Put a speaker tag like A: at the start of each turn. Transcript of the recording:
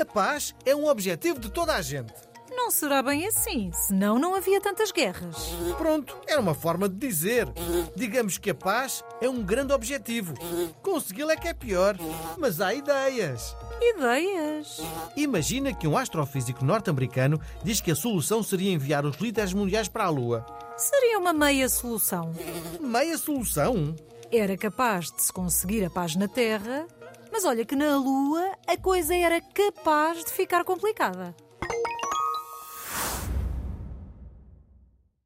A: A paz é um objetivo de toda a gente.
B: Não será bem assim, senão não havia tantas guerras.
A: Pronto, era uma forma de dizer. Digamos que a paz é um grande objetivo. Consegui-la é que é pior, mas há ideias.
B: Ideias.
A: Imagina que um astrofísico norte-americano diz que a solução seria enviar os líderes mundiais para a Lua.
B: Seria uma meia solução.
A: Meia solução?
B: Era capaz de se conseguir a paz na Terra, mas olha que na Lua a coisa era capaz de ficar complicada.